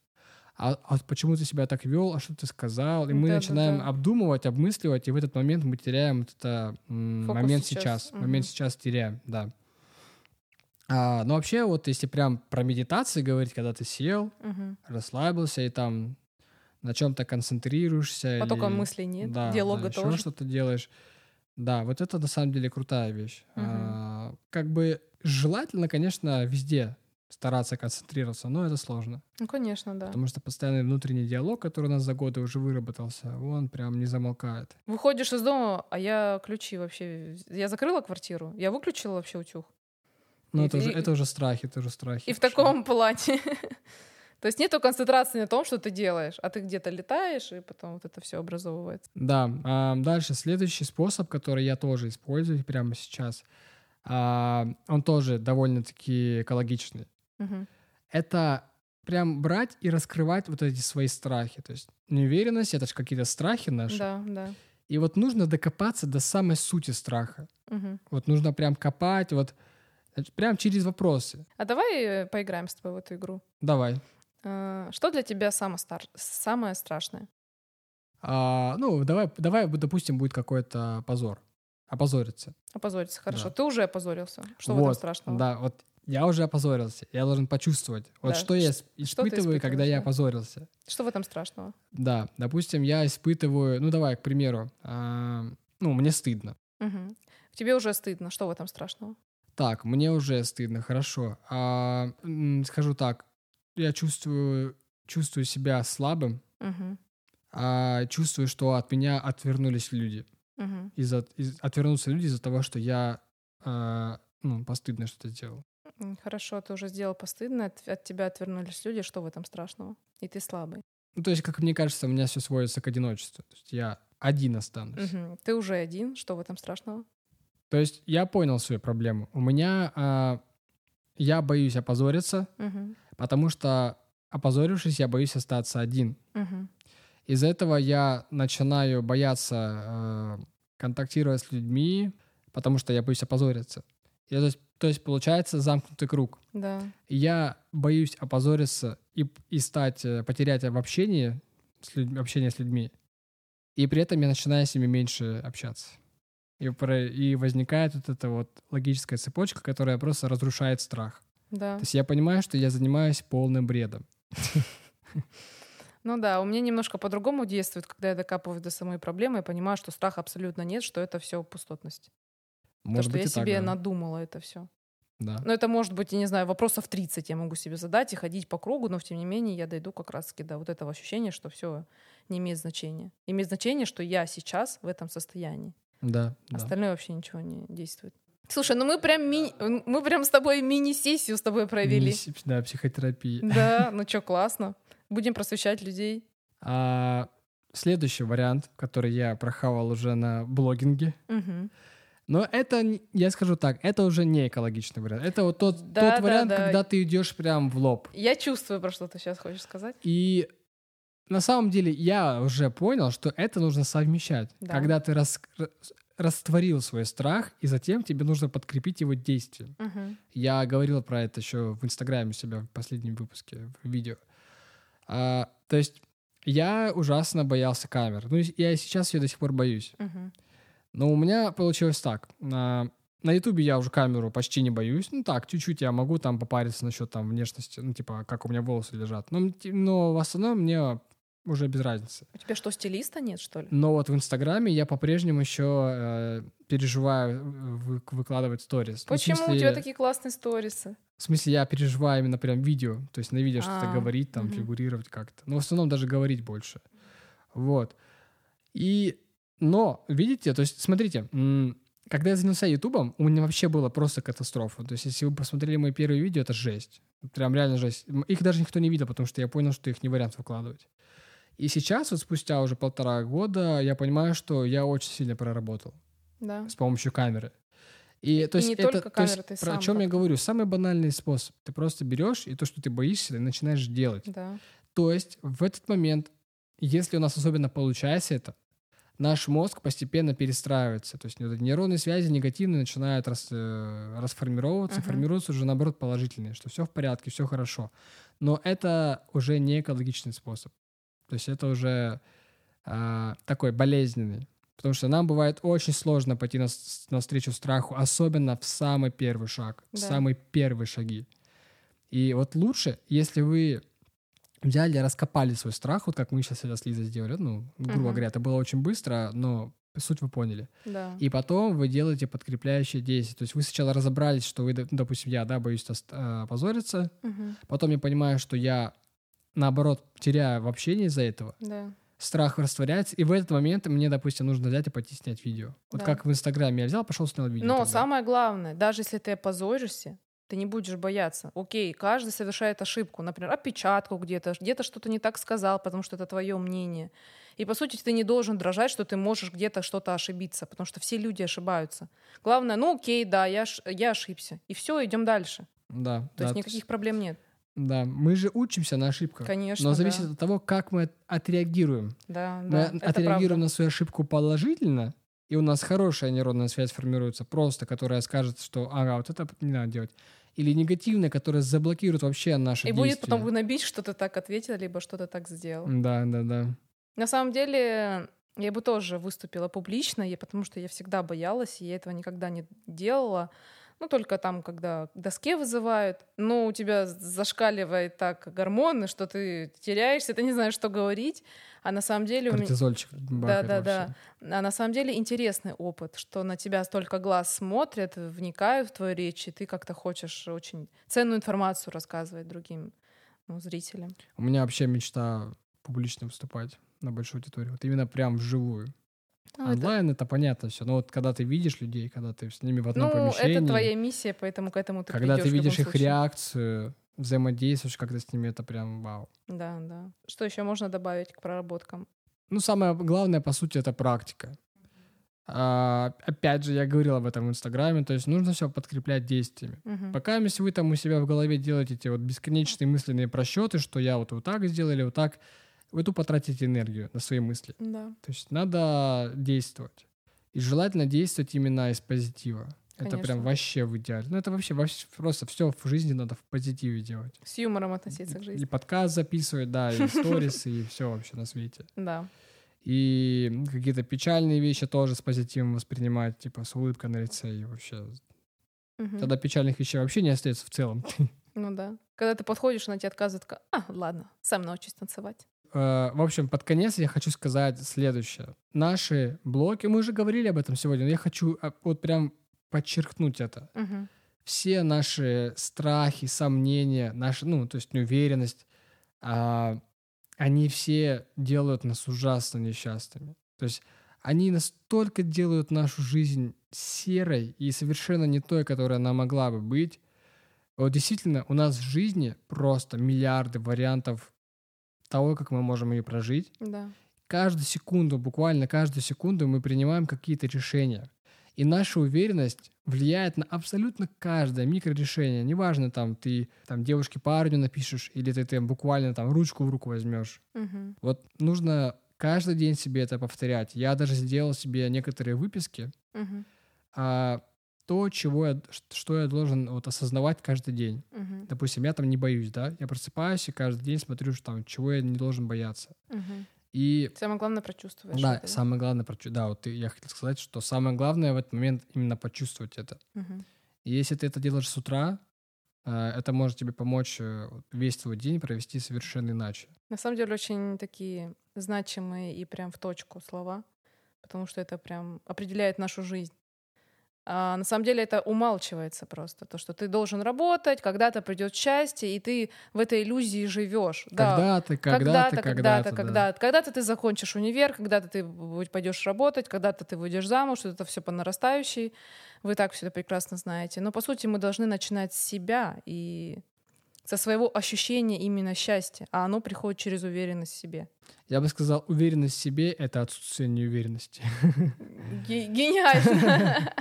Speaker 1: А, а вот почему ты себя так вел, а что ты сказал? И мы
Speaker 2: Да-да-да.
Speaker 1: начинаем обдумывать, обмысливать, и в этот момент мы теряем вот это м,
Speaker 2: Фокус
Speaker 1: момент
Speaker 2: сейчас.
Speaker 1: сейчас,
Speaker 2: Мгм.
Speaker 1: момент сейчас теряем, да. А, но вообще вот если прям про медитации говорить, когда ты сел,
Speaker 2: Мгм.
Speaker 1: расслабился и там на чем-то концентрируешься,
Speaker 2: Потока
Speaker 1: или-
Speaker 2: мыслей нет,
Speaker 1: да,
Speaker 2: диалога
Speaker 1: да, ещё
Speaker 2: тоже.
Speaker 1: что-то делаешь. Да, вот это на самом деле крутая вещь.
Speaker 2: Мгм.
Speaker 1: А, как бы желательно, конечно, везде стараться концентрироваться, но это сложно.
Speaker 2: Ну, конечно, да.
Speaker 1: Потому что постоянный внутренний диалог, который у нас за годы уже выработался, он прям не замолкает.
Speaker 2: Выходишь из дома, а я ключи вообще... Я закрыла квартиру, я выключила вообще утюг.
Speaker 1: Но
Speaker 2: И-
Speaker 1: это, уже,
Speaker 2: и-
Speaker 1: это уже страхи, это уже страхи.
Speaker 2: И в
Speaker 1: пошли.
Speaker 2: таком плане. То есть нету концентрации на том, что ты делаешь, а ты где-то летаешь, и потом вот это все образовывается.
Speaker 1: Да, а, дальше следующий способ, который я тоже использую прямо сейчас, а, он тоже довольно-таки экологичный.
Speaker 2: Мгм.
Speaker 1: Это прям брать и раскрывать вот эти свои страхи. То есть неуверенность — это же какие-то страхи наши.
Speaker 2: Да, да.
Speaker 1: И вот нужно докопаться до самой сути страха.
Speaker 2: Мгм.
Speaker 1: Вот нужно прям копать, вот э, прям через вопросы.
Speaker 2: А давай э, поиграем с тобой в эту игру.
Speaker 1: Давай.
Speaker 2: А, Что для тебя самое, стар- самое страшное?
Speaker 1: А, ну, давай, давай, вот, допустим, будет какой-то позор. Опозориться.
Speaker 2: Опозориться, А, хорошо.
Speaker 1: Да.
Speaker 2: Ты уже опозорился. Что в этом
Speaker 1: Вот,
Speaker 2: страшного?
Speaker 1: Да, вот я уже опозорился. Я должен почувствовать, вот
Speaker 2: Да,
Speaker 1: что я
Speaker 2: ш-
Speaker 1: исп-
Speaker 2: что ты
Speaker 1: испытываю, когда
Speaker 2: испытываешь,
Speaker 1: я
Speaker 2: да.
Speaker 1: опозорился.
Speaker 2: Что в этом страшного?
Speaker 1: Да, допустим, я испытываю, ну давай, к примеру, а, ну, мне стыдно.
Speaker 2: Мгм. Тебе уже стыдно. Что в этом страшного?
Speaker 1: Так, мне уже стыдно, хорошо. А, м, скажу так, я чувствую, чувствую себя слабым,
Speaker 2: Мгм.
Speaker 1: а, чувствую, что от меня отвернулись люди.
Speaker 2: Мгм.
Speaker 1: Из-за, из- отвернутся люди из-за того, что я а, ну, постыдно что-то сделал.
Speaker 2: М, Хорошо, ты уже сделал постыдно, от, от тебя отвернулись люди. Что в этом страшного? И ты слабый.
Speaker 1: Ну, то есть, как мне кажется, у меня все сводится к одиночеству. То есть я один останусь.
Speaker 2: Мгм. Ты уже один. Что в этом страшного?
Speaker 1: То есть я понял свою проблему. У меня а, я боюсь опозориться,
Speaker 2: Мгм.
Speaker 1: потому что опозорившись, я боюсь остаться один.
Speaker 2: Мгм.
Speaker 1: Из этого я начинаю бояться э, контактировать с людьми, потому что я боюсь опозориться. И то, есть, то есть получается замкнутый круг.
Speaker 2: Да.
Speaker 1: И Я боюсь опозориться и, и стать, э, потерять в общении, с людь- общение с людьми. И при этом я начинаю с ними меньше общаться. И, про- и возникает вот эта вот логическая цепочка, которая просто разрушает страх.
Speaker 2: Да.
Speaker 1: То есть я понимаю, что я занимаюсь полным бредом.
Speaker 2: Ну да, у меня немножко по-другому действует, когда я докапываюсь до самой проблемы и понимаю, что страха абсолютно нет, что это все пустотность.
Speaker 1: Может быть,
Speaker 2: То, что я
Speaker 1: и так,
Speaker 2: себе
Speaker 1: да.
Speaker 2: надумала это все.
Speaker 1: Да.
Speaker 2: Ну, это может быть, я не знаю, вопросов 30 я могу себе задать и ходить по кругу, но тем не менее я дойду как раз-таки до вот этого ощущения, что все не имеет значения. Имеет значение, что я сейчас в этом состоянии.
Speaker 1: Да, да.
Speaker 2: Остальное вообще ничего не действует. Слушай, ну мы прям, ми- мы прям с тобой мини-сессию с тобой провели.
Speaker 1: Мини- Да, психотерапии.
Speaker 2: Да, ну что, классно. Будем просвещать людей.
Speaker 1: А, следующий вариант, который я прохавал уже на блогинге.
Speaker 2: Мгм.
Speaker 1: Но это, н- я скажу так, это уже не экологичный вариант. Это вот тот,
Speaker 2: Да,
Speaker 1: тот
Speaker 2: да,
Speaker 1: вариант,
Speaker 2: да.
Speaker 1: когда ты идешь прям в лоб.
Speaker 2: Я чувствую, про что ты сейчас хочешь сказать.
Speaker 1: И на самом деле я уже понял, что это нужно совмещать.
Speaker 2: Да.
Speaker 1: Когда ты рас- р- растворил свой страх, и затем тебе нужно подкрепить его действием.
Speaker 2: Мгм.
Speaker 1: Я говорил про это еще в Инстаграме у себя в последнем выпуске в видео. А, то есть я ужасно боялся камер. Ну, и- я и сейчас ее до сих пор боюсь.
Speaker 2: Мгм.
Speaker 1: Но у меня получилось так. На на Ютубе я уже камеру почти не боюсь. Ну так, чуть-чуть я могу там попариться насчет там внешности, ну типа, как у меня волосы лежат. Но, м- ти- но в основном мне уже без разницы.
Speaker 2: У тебя что, стилиста нет, что ли?
Speaker 1: Но вот в Инстаграме я по-прежнему еще э, переживаю э, вы- выкладывать сторис. Ну, в
Speaker 2: Почему у
Speaker 1: смысле-
Speaker 2: тебя такие классные сторисы?
Speaker 1: в смысле, я переживаю именно прям видео, то есть на видео что-то
Speaker 2: А,
Speaker 1: говорить, там,
Speaker 2: мгм.
Speaker 1: фигурировать как-то. Но в основном даже говорить больше. Вот. И, но, видите, то есть, смотрите, м, когда я занялся Ютубом, у меня вообще была просто катастрофа. То есть, если вы посмотрели мои первые видео, это жесть. Прям реально жесть. М, Их даже никто не видел, потому что я понял, что их не вариант выкладывать. И сейчас, вот спустя уже полтора года, я понимаю, что я очень сильно проработал
Speaker 2: Да.
Speaker 1: с помощью камеры. И, то
Speaker 2: и
Speaker 1: есть
Speaker 2: не
Speaker 1: это,
Speaker 2: только
Speaker 1: то есть
Speaker 2: камеры, ты
Speaker 1: про
Speaker 2: сам
Speaker 1: о чем я
Speaker 2: как-то.
Speaker 1: говорю, самый банальный способ. Ты просто берешь и то, что ты боишься, ты начинаешь делать.
Speaker 2: Да.
Speaker 1: То есть в этот момент, если у нас особенно получается это, наш мозг постепенно перестраивается. То есть вот эти нейронные связи негативные начинают рас- э, расформироваться,
Speaker 2: Мгм.
Speaker 1: формируются уже наоборот положительные, что все в порядке, все хорошо. Но это уже не экологичный способ. То есть это уже а, такой болезненный. Потому что нам бывает очень сложно пойти на с- навстречу страху, особенно в самый первый шаг, в
Speaker 2: Да.
Speaker 1: самые первые шаги. И вот лучше, если вы взяли, раскопали свой страх, вот как мы сейчас это с Лизой сделали, ну, грубо
Speaker 2: Мгм.
Speaker 1: говоря, это было очень быстро, но суть вы поняли.
Speaker 2: Да.
Speaker 1: И потом вы делаете подкрепляющие действия. То есть вы сначала разобрались, что вы, доп- допустим, я, да, боюсь ост- э, позориться,
Speaker 2: Мгм.
Speaker 1: потом я понимаю, что я, наоборот, теряю в общении из-за этого,
Speaker 2: Да.
Speaker 1: страх растворяется, и в этот момент мне, допустим, нужно взять и пойти снять видео. Вот
Speaker 2: Да.
Speaker 1: как в Инстаграме я взял, пошел снял видео.
Speaker 2: Но
Speaker 1: тогда.
Speaker 2: самое главное, даже если ты опозоришься, ты не будешь бояться. Окей, каждый совершает ошибку, например, опечатку где-то, где-то что-то не так сказал, потому что это твое мнение. И по сути ты не должен дрожать, что ты можешь где-то что-то ошибиться, потому что все люди ошибаются. Главное, ну окей, да, я, ош- я ошибся. И все, идем дальше.
Speaker 1: Да.
Speaker 2: То есть
Speaker 1: да,
Speaker 2: никаких проблем нет.
Speaker 1: Да, мы же учимся на ошибках.
Speaker 2: Конечно.
Speaker 1: Но зависит от того, как мы отреагируем.
Speaker 2: Да, да,
Speaker 1: мы
Speaker 2: да, это
Speaker 1: отреагируем
Speaker 2: правда.
Speaker 1: на свою ошибку положительно, и у нас хорошая нейронная связь формируется, просто которая скажет, что ага, вот это не надо делать. Или негативная, которая заблокирует вообще наши
Speaker 2: И будет
Speaker 1: действия.
Speaker 2: потом гнобить, что ты так ответил, либо что ты так сделал.
Speaker 1: Да, да, да.
Speaker 2: На самом деле, я бы тоже выступила публично, я- потому что я всегда боялась, и я этого никогда не делала. Ну, только там, когда к доске вызывают, ну, у тебя зашкаливает так гормоны, что ты теряешься, ты не знаешь, что говорить. А на самом деле у меня...
Speaker 1: Кортизольчик. бахает
Speaker 2: да,
Speaker 1: вообще.
Speaker 2: да. А на самом деле интересный опыт, что на тебя столько глаз смотрят, вникают в твою речь, и ты как-то хочешь очень ценную информацию рассказывать другим ну, зрителям.
Speaker 1: У меня вообще мечта публично выступать на большую аудиторию. Вот именно прям вживую.
Speaker 2: Ну, это-
Speaker 1: Онлайн это понятно все. Но вот когда ты видишь людей, когда ты с ними в одном
Speaker 2: Ну,
Speaker 1: помещении,
Speaker 2: это твоя миссия, поэтому к этому ты
Speaker 1: когда ты
Speaker 2: придёшь в
Speaker 1: видишь
Speaker 2: любом
Speaker 1: их
Speaker 2: случае.
Speaker 1: реакцию, взаимодействуешь как-то с ними, это прям вау.
Speaker 2: Да, да. Что еще можно добавить к проработкам?
Speaker 1: Ну, самое главное, по сути, это практика. А, опять же, я говорил об этом в Инстаграме, то есть нужно все подкреплять действиями.
Speaker 2: Мгм.
Speaker 1: Пока если вы там у себя в голове делаете эти вот бесконечные мысленные просчеты, что я вот, вот так сделал или вот так, вы тупо тратите энергию на свои мысли.
Speaker 2: Да,
Speaker 1: То есть надо действовать. И желательно действовать именно из позитива. Это
Speaker 2: Конечно.
Speaker 1: прям вообще в идеале. Ну, это вообще, вообще просто все в жизни надо в позитиве делать.
Speaker 2: с юмором относиться к
Speaker 1: И
Speaker 2: жизни.
Speaker 1: подкаст записывать, да, и сторис, и все вообще на свете.
Speaker 2: Да,
Speaker 1: И какие-то печальные вещи тоже с позитивом воспринимать, типа с улыбкой на лице и вообще.
Speaker 2: Мгм.
Speaker 1: Тогда печальных вещей вообще не остается в целом.
Speaker 2: ну да. Когда ты подходишь, она тебе отказывает, такая, а, ладно, сам научись танцевать.
Speaker 1: Э, В общем, под конец я хочу сказать следующее. Наши блоки, мы уже говорили об этом сегодня, но я хочу а, вот прям подчеркнуть это.
Speaker 2: Мгм.
Speaker 1: все наши страхи, сомнения, наши, ну, то есть неуверенность, а, они все делают нас ужасно несчастными. То есть они настолько делают нашу жизнь серой и совершенно не той, которая она могла бы быть. Вот действительно, у нас в жизни просто миллиарды вариантов того, как мы можем ее прожить
Speaker 2: Да,
Speaker 1: каждую секунду, буквально каждую секунду мы принимаем какие-то решения. И наша уверенность влияет на абсолютно каждое микрорешение. Неважно, там ты там девушке парню напишешь, или ты, там буквально там ручку в руку возьмешь.
Speaker 2: Мгм.
Speaker 1: Вот нужно каждый день себе это повторять. Я даже сделал себе некоторые выписки,
Speaker 2: Мгд.
Speaker 1: а, то, чего я, что я должен вот осознавать каждый день.
Speaker 2: Мгм.
Speaker 1: Допустим, я там не боюсь, да? Я просыпаюсь и каждый день смотрю, что там, чего я не должен бояться.
Speaker 2: Мгм.
Speaker 1: И
Speaker 2: Самое главное, прочувствуешь.
Speaker 1: Да,
Speaker 2: это, да?
Speaker 1: самое главное, прочу- да, вот ты- я хотел сказать, что самое главное в этот момент именно почувствовать это.
Speaker 2: Мгм.
Speaker 1: И если ты это делаешь с утра, э, это может тебе помочь э, вот весь твой день провести совершенно иначе.
Speaker 2: На самом деле очень такие значимые и прям в точку слова, потому что это прям определяет нашу жизнь. А на самом деле это умалчивается просто. То, что ты должен работать, когда-то придет счастье, и ты в этой иллюзии живешь.
Speaker 1: Когда-то, когда-то, когда-то.
Speaker 2: когда-то,
Speaker 1: да.
Speaker 2: когда-то. Когда-то ты закончишь универ, когда-то ты бу- пойдешь работать, когда-то ты выйдешь замуж, это все по нарастающей. Вы так все это прекрасно знаете. Но по сути мы должны начинать с себя и со своего ощущения именно счастья, а оно приходит через уверенность в себе.
Speaker 1: Я бы сказал, уверенность в себе — это отсутствие неуверенности.
Speaker 2: Ге- Гениально!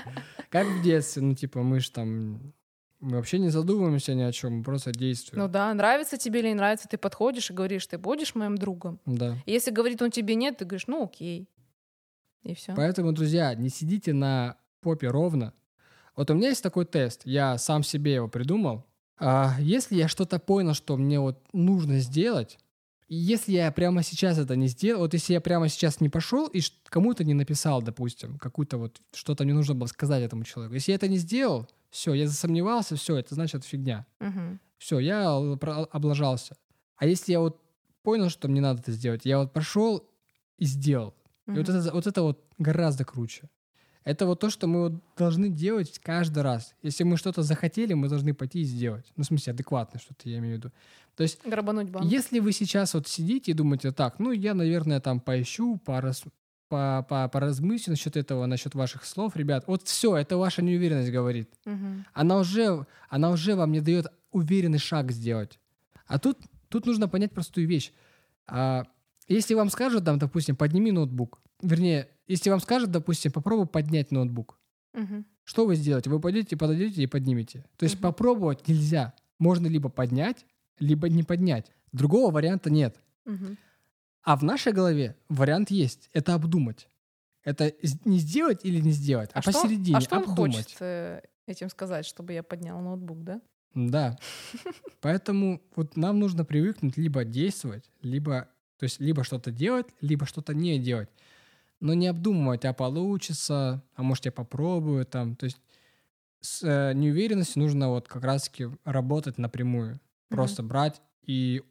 Speaker 1: Как в детстве, ну типа мы же там... Мы вообще не задумываемся ни о чем, мы просто
Speaker 2: Ну
Speaker 1: действуем.
Speaker 2: да, нравится тебе или не нравится, ты подходишь и говоришь, ты будешь моим другом.
Speaker 1: да.
Speaker 2: Если говорит он тебе нет, ты говоришь, ну окей. И все.
Speaker 1: Поэтому, друзья, не сидите на попе ровно. Вот у меня есть такой тест, я сам себе его придумал. А, если я что-то понял, что мне вот нужно сделать, и если я прямо сейчас это не сделал, вот если я прямо сейчас не пошел и ш- кому-то не написал, допустим, какую-то вот что-то мне нужно было сказать этому человеку, если я это не сделал, все, я засомневался, все, это значит фигня. Все, я л- про- облажался. А если я вот понял, что мне надо это сделать, я вот пошел и сделал, и вот это, за- вот это вот гораздо круче. Это вот то, что мы вот должны делать каждый раз. Если мы что-то захотели, мы должны пойти и сделать. Ну, в смысле, адекватно что-то, я имею в виду. То есть,
Speaker 2: Грабануть банк.
Speaker 1: если вы сейчас вот сидите и думаете, так, ну, я, наверное, там поищу, порас... по, по, поразмыслю насчет этого, насчет ваших слов, ребят, вот все, это ваша неуверенность говорит.
Speaker 2: Мгм.
Speaker 1: Она уже, она уже вам не дает уверенный шаг сделать. А тут, тут нужно понять простую вещь. А, если вам скажут, там, допустим, подними ноутбук, вернее, если вам скажут, допустим, попробуй поднять ноутбук,
Speaker 2: Мгм.
Speaker 1: что вы сделаете? Вы пойдете, подойдете и поднимете. То есть
Speaker 2: Мгм.
Speaker 1: попробовать нельзя. Можно либо поднять, либо не поднять. Другого варианта нет.
Speaker 2: Мгм.
Speaker 1: А в нашей голове вариант есть. Это обдумать. Это с- не сделать или не сделать, а,
Speaker 2: что-
Speaker 1: посередине
Speaker 2: а что он
Speaker 1: обдумать.
Speaker 2: хочет э, этим сказать, чтобы я поднял ноутбук, да?
Speaker 1: Да. Поэтому вот нам нужно привыкнуть либо действовать, либо то есть либо что-то делать, либо что-то не делать. Но не обдумывать, а получится, а может я попробую там. То есть с э, неуверенностью нужно вот как раз-таки работать напрямую. Просто брать и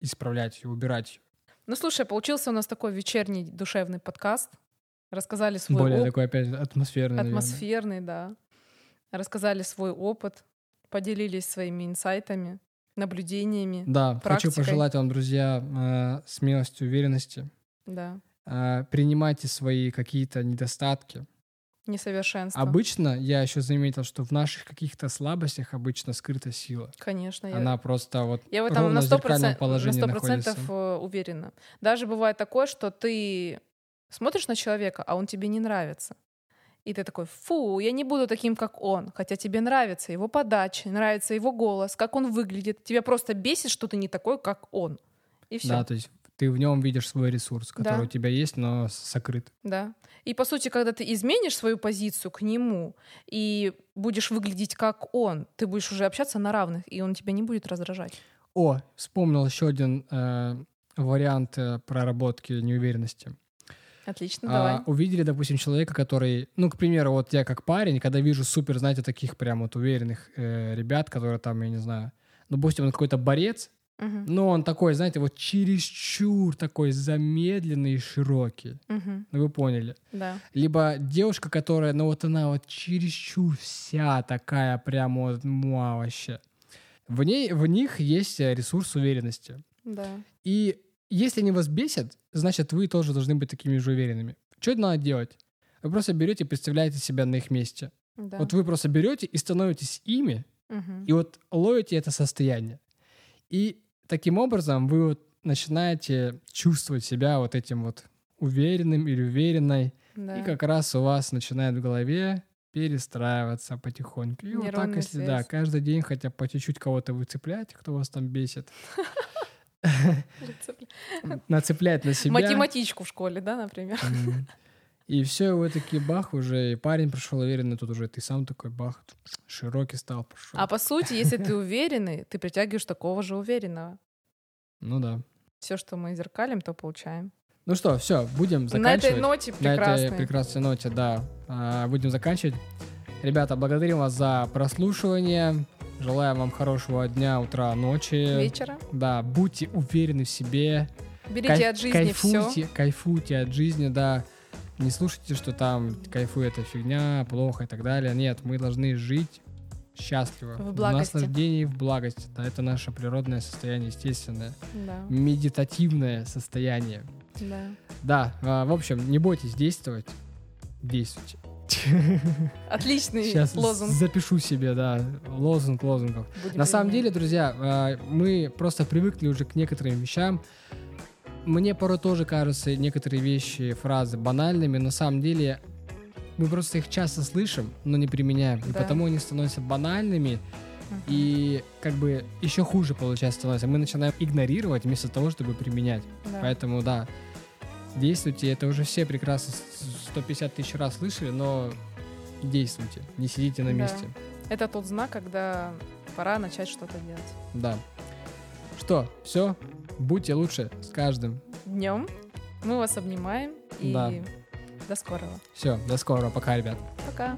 Speaker 1: исправлять, и убирать.
Speaker 2: Ну слушай, получился у нас такой вечерний душевный подкаст. Рассказали свой
Speaker 1: Более
Speaker 2: опыт.
Speaker 1: такой опять атмосферный. наверное.
Speaker 2: атмосферный, да. Рассказали свой опыт, поделились своими инсайтами, наблюдениями,
Speaker 1: Да,
Speaker 2: практикой.
Speaker 1: хочу пожелать вам, друзья, э, смелости, уверенности.
Speaker 2: да,
Speaker 1: Э, принимайте свои какие-то недостатки.
Speaker 2: несовершенства.
Speaker 1: Обычно я еще заметил, что в наших каких-то слабостях обычно скрыта сила.
Speaker 2: Конечно, я-
Speaker 1: Она просто вот
Speaker 2: я, в этом
Speaker 1: ровно
Speaker 2: на
Speaker 1: в
Speaker 2: 100%,
Speaker 1: зеркальном положении
Speaker 2: на 100%
Speaker 1: находится.
Speaker 2: э, уверена. Даже бывает такое, что ты смотришь на человека, а он тебе не нравится. И ты такой, фу, я не буду таким, как он. Хотя тебе нравится его подача, нравится его голос, как он выглядит. Тебя просто бесит, что ты не такой, как он. И все.
Speaker 1: Да, то есть ты в нем видишь свой ресурс, который
Speaker 2: Да.
Speaker 1: у тебя есть, но с- сокрыт.
Speaker 2: Да. И по сути, когда ты изменишь свою позицию к нему и будешь выглядеть как он, ты будешь уже общаться на равных, и он тебя не будет раздражать.
Speaker 1: О, вспомнил еще один э, вариант э, проработки неуверенности.
Speaker 2: Отлично,
Speaker 1: А,
Speaker 2: Ну, давай.
Speaker 1: увидели, допустим, человека, который, ну, к примеру, вот я как парень, когда вижу супер, знаете, таких прям вот уверенных э, ребят, которые там, я не знаю, ну, допустим, он какой-то борец,
Speaker 2: Мгм.
Speaker 1: но он такой, знаете, вот чересчур такой замедленный и широкий.
Speaker 2: Мгм.
Speaker 1: Ну, вы поняли.
Speaker 2: Да.
Speaker 1: Либо девушка, которая, ну вот она вот чересчур вся такая прям вот муа вообще. В, ней, в них есть э, ресурс уверенности.
Speaker 2: Да.
Speaker 1: И если они вас бесят, значит, вы тоже должны быть такими же уверенными. Что это надо делать? Вы просто берете и представляете себя на их месте.
Speaker 2: Да.
Speaker 1: Вот вы просто берете и становитесь ими,
Speaker 2: Мгм.
Speaker 1: и вот ловите это состояние. И таким образом вы вот начинаете чувствовать себя вот этим вот уверенным или уверенной,
Speaker 2: Да.
Speaker 1: и как раз у вас начинает в голове перестраиваться потихоньку. И вот так,
Speaker 2: Нейронная
Speaker 1: если да,
Speaker 2: связь.
Speaker 1: каждый день хотя бы по чуть-чуть кого-то выцеплять, кто вас там бесит, нацеплять на себя.
Speaker 2: Математичку в школе, да, например.
Speaker 1: М. И все, вы такие бах уже, и парень пришел уверенно, тут уже ты сам такой бах, широкий стал, пошел.
Speaker 2: А по сути, если ты уверенный, ты притягиваешь такого же уверенного.
Speaker 1: Ну да.
Speaker 2: Все, что мы зеркалим, то получаем.
Speaker 1: Ну что, все, будем
Speaker 2: На
Speaker 1: заканчивать.
Speaker 2: этой ноте
Speaker 1: На этой
Speaker 2: прекрасной.
Speaker 1: прекрасной ноте, да. А, Будем заканчивать. Ребята, благодарим вас за прослушивание. Желаем вам хорошего дня, утра, ночи.
Speaker 2: Вечера.
Speaker 1: Да, будьте уверены в себе.
Speaker 2: Берите
Speaker 1: Кайф-
Speaker 2: от жизни все.
Speaker 1: кайфуйте, кайфуйте от жизни, да. Не слушайте, что там кайфу это фигня, плохо и так далее. Нет, мы должны жить счастливо.
Speaker 2: В благости.
Speaker 1: В наслаждении, и в благости. Да, это наше природное состояние, естественное. Медитативное состояние.
Speaker 2: да.
Speaker 1: Да, а, в общем, не бойтесь действовать. Действуйте.
Speaker 2: Отличный
Speaker 1: Сейчас
Speaker 2: лозунг.
Speaker 1: запишу себе, да, лозунг лозунгов.
Speaker 2: Будем
Speaker 1: На самом деле,
Speaker 2: применять.
Speaker 1: друзья, а, мы просто привыкли уже к некоторым вещам. Мне порой тоже кажутся некоторые вещи, фразы банальными. На самом деле, мы просто их часто слышим, но не применяем. И
Speaker 2: Да.
Speaker 1: потому они становятся банальными
Speaker 2: Мгм.
Speaker 1: и как бы еще хуже получается становится. Мы начинаем игнорировать вместо того, чтобы применять.
Speaker 2: Да.
Speaker 1: Поэтому, да, действуйте. Это уже все прекрасно с- 150 тысяч раз слышали, но действуйте. Не сидите на
Speaker 2: Да.
Speaker 1: месте.
Speaker 2: Это тот знак, когда пора начать что-то делать.
Speaker 1: Да. Что, все? Будьте лучше с каждым.
Speaker 2: Днем мы вас обнимаем и
Speaker 1: Да.
Speaker 2: до скорого.
Speaker 1: Все, до скорого. Пока, ребят.
Speaker 2: Пока.